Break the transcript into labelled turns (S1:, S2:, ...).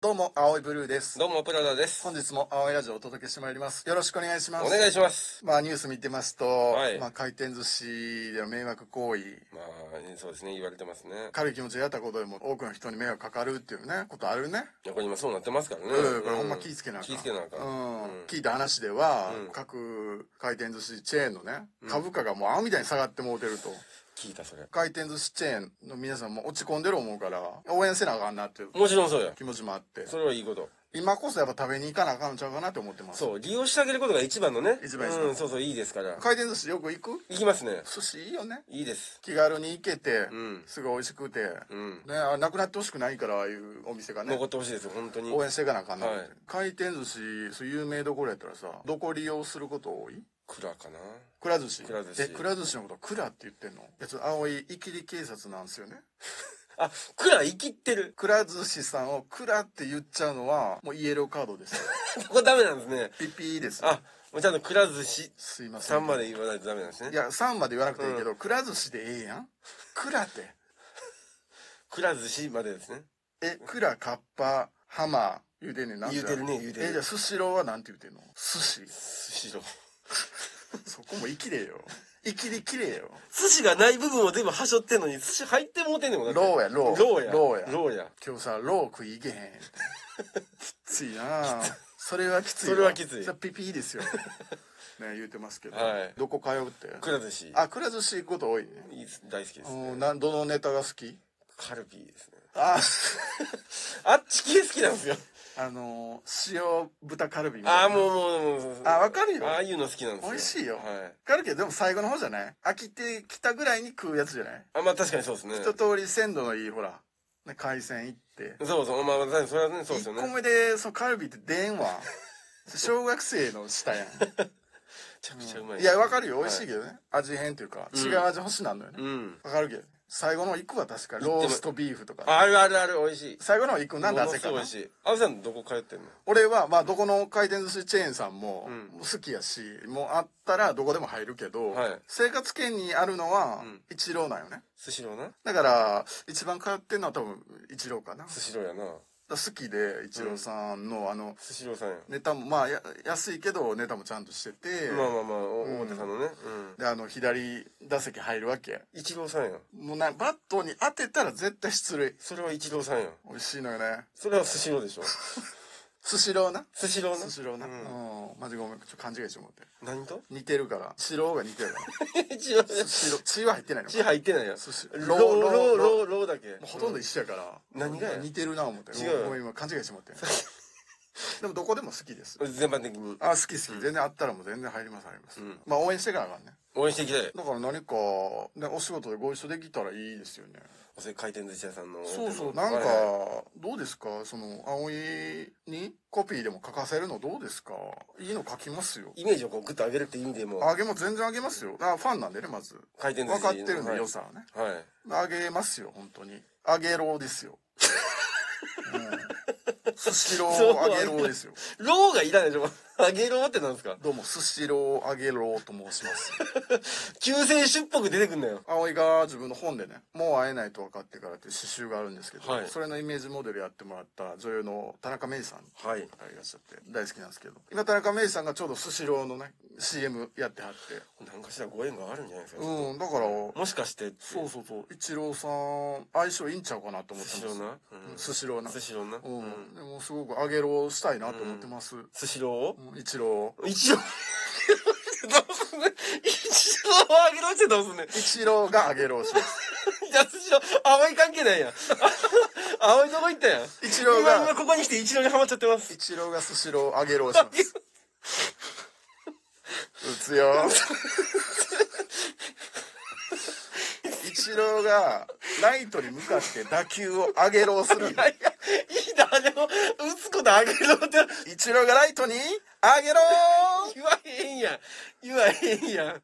S1: どうも、青いブルーです。
S2: どうも、プラダです。
S1: 本日も青いラジオをお届けしてまいります。よろしくお願いしま
S2: お
S1: す。
S2: 願いします。
S1: まあ、ニュース見てますと、
S2: はい
S1: まあ、回転寿司では迷惑行為、
S2: まあ、そうですね、言われてますね。
S1: 軽い気持ちでやったことでも多くの人に迷惑かかるっていうね、ことあるね。
S2: いやこれ今そうなってますからね。
S1: うん、これほんま気ぃつけなあかん。
S2: 気ぃつけなあか。
S1: うんん。
S2: うん
S1: 聞いた話では、
S2: うん
S1: 各回転寿司チェーンのね、株価がもう青みたいに下がってもうてると。
S2: 聞いた、それ。
S1: 回転寿司チェーンの皆さんも落ち込んでる思うから、応援せなあかんなっていう
S2: もちろんそうや。
S1: 気持ちもあって、
S2: それはいいこと。
S1: 今こそやっぱ食べに行かなあかんのちゃうかなって思ってます。
S2: そう、利用してあげることが一番のね。
S1: 一番一番
S2: うん、そうそう、いいですから。
S1: 回転寿司よく行く
S2: 行きますね。
S1: 寿司いいよね
S2: いいです。
S1: 気軽に行けて、
S2: うん
S1: すごい美味しくて、
S2: うん。
S1: ねあなくなってほしくないからああいうお店がね
S2: 残ってほしいですよ、本当に。
S1: 応援していかなあかんな、
S2: はい
S1: 回転寿司そう有名どころやったらさどこ利用すること多い
S2: 蔵かな。
S1: くら寿司
S2: くら寿司
S1: えくら寿司のことくらって言ってんの別に青いイキリ警察なんですよね
S2: あ、蔵生きってる。
S1: くら寿司さんをくらって言っちゃうのはもうイエローカード ですよ
S2: ここダメなんですね。
S1: ピピーです
S2: あ、もうちゃんと蔵寿司
S1: すいません
S2: さんまで言わないとダメなんです
S1: い
S2: ね。
S1: や3まで言わなくていいけど、くら寿司でええやんくらって
S2: 蔵寿司までですね。
S1: え、クラ、カッパ、ハマ、言うてんねんな。
S2: 言うてるね言うてる
S1: え、じゃあ、スシローはなんて言うてんの寿司。
S2: 寿司の。
S1: そこも生きれ よ。生きりきれよ。
S2: 寿司がない部分を全部はしょってんのに、寿司入ってもうてんねんもんだって
S1: ローや、ロー。
S2: ローや。
S1: ローや。
S2: ローや。
S1: 今日さ、ロー食いいけへん。きついなあそれはきついわ。
S2: それはきつい
S1: それピピです よ。ね、言うてますけど。
S2: はい
S1: どこ通うって。
S2: くら寿司。
S1: あ、くら寿司行くこと多いね。
S2: いいです大好きです、
S1: うん、
S2: ね。
S1: なん、どのネタが好き
S2: カルビーですね。
S1: あ、
S2: あっち系好きなんですよ。
S1: あのー、塩豚カルビみたいな
S2: ああ、もうもうもうもう。
S1: あわかるよ
S2: ああいうの好きなんですよ。
S1: 美味しいよ
S2: はい。
S1: カルビはでも最後の方じゃない飽きてきたぐらいに食うやつじゃない
S2: あ、まあ確かにそうですね。
S1: 一通り鮮度のいいほら、ね、海鮮行って、
S2: そうそう。まあまあ確かにそれはね、そうです
S1: 一
S2: よ
S1: 個
S2: ね。
S1: 目でそのカルビって出 んわ小学生の下やん
S2: めちゃくちゃうまい。
S1: いやわかるよ美味しいけ
S2: ど。
S1: どね、味変というか
S2: うん
S1: 違う味欲しなんだよね
S2: うん。
S1: わ、かるけど最後の行くは確か
S2: っても
S1: ローストビーフとか
S2: あるあるある、美味しい。
S1: 最後の行くなんで
S2: もの
S1: 汗
S2: す
S1: か
S2: ごい美
S1: な
S2: 味しい。あずさんどこ通ってんの
S1: 俺はまあどこの回転寿司チェーンさんも
S2: うん
S1: もう好きやし、もうあったらどこでも入るけど、
S2: はい
S1: 生活圏にあるのは
S2: うん
S1: 一郎なんよね、
S2: スシローな
S1: だから一番通ってんのは多分一郎かなだか
S2: スシローやな。
S1: ら好きで一郎さんのあの
S2: スシローさんや。
S1: ネタもまあや安いけどネタもちゃんとしてて、
S2: まあまあまあ、お
S1: うん
S2: 大手さんのね。うん。
S1: であの左打席入るわけ
S2: 一郎さんや。
S1: もうなバットに当てたら絶対失礼
S2: それは一郎さんや。
S1: 美味しいのよね
S2: それはスシローでしょ。
S1: スシローな
S2: スシローな。
S1: スシローな
S2: う
S1: うんん、マジごめんちょっと勘違いしてもって
S2: 何と
S1: 似てるから白が似てるから
S2: 一郎
S1: スシロー血は入ってないの
S2: 血入ってないやん。
S1: 寿司
S2: ロ
S1: ロ
S2: ー、
S1: ー
S2: ロー、
S1: ロー
S2: ロー、ローだけ。
S1: もうほとんど一緒やから、
S2: うん何がや
S1: 似てるな思って
S2: 違うよ
S1: もう今勘違いしてもって でもどこでも好きです
S2: 全般的に。
S1: あ好き好き全然あったらもう全然入ります入ります、
S2: うん
S1: まあ応援してからからね
S2: 応援していきたい。
S1: だから何か、ね、お仕事でご一緒できたらいいですよね
S2: おせ回転寿司屋さんの。
S1: そうそうなんか
S2: はい
S1: どうですかその葵にコピーでも書かせるのどうですかいいの書きますよ
S2: イメージをこうグッと上げるって意味でも、
S1: あげも全然あげますよあファンなんでねまず
S2: 回転寿
S1: 分
S2: 司
S1: かってるん
S2: は
S1: で
S2: い
S1: 良さはね
S2: はい。
S1: あげますよ本当にあげろうですようんスシロ
S2: そう
S1: ーあげろうですよ
S2: ローがいらないでしょ 上げろーってなんですか
S1: どうもスシローあげろうと申します
S2: 救世主っぽく出てくんだよ。
S1: 葵が自分の本でね「もう会えないと分かってから」っていう詩集があるんですけど、
S2: はい
S1: それのイメージモデルやってもらった女優の田中芽衣さん
S2: はい
S1: がいらっしゃって大好きなんですけど今田中芽衣さんがちょうどスシローのね CM やってはって
S2: なんかしらご縁があるんじゃないですか。
S1: うんだから
S2: もしかしてって、
S1: そうそうそうイチローさん相性いいんちゃうかなと思っ
S2: 寿
S1: て
S2: 司
S1: ま
S2: ロ
S1: す
S2: ーな。
S1: うんスシローな
S2: 寿司ローな。
S1: うん、
S2: うん
S1: でもすごく上げろしたいなと思ってます、うん
S2: 寿司ロ
S1: イチロー
S2: ー一郎どうすんねん一郎を上げろってどうすんねん
S1: イチローが上げろし ます
S2: じゃあ、しろ、葵関係ないやん。葵どこ行ったやん。
S1: 一郎
S2: 今、
S1: が
S2: 今ここに来て一郎にハマっちゃってます
S1: イ。チローがスシロー上げろします打つ よイチローがライトに向かって打球を上げろする
S2: いやいな、あの、打つことあげろって
S1: イチローがライトに上げろ
S2: 言わへんやん。言わへんやん。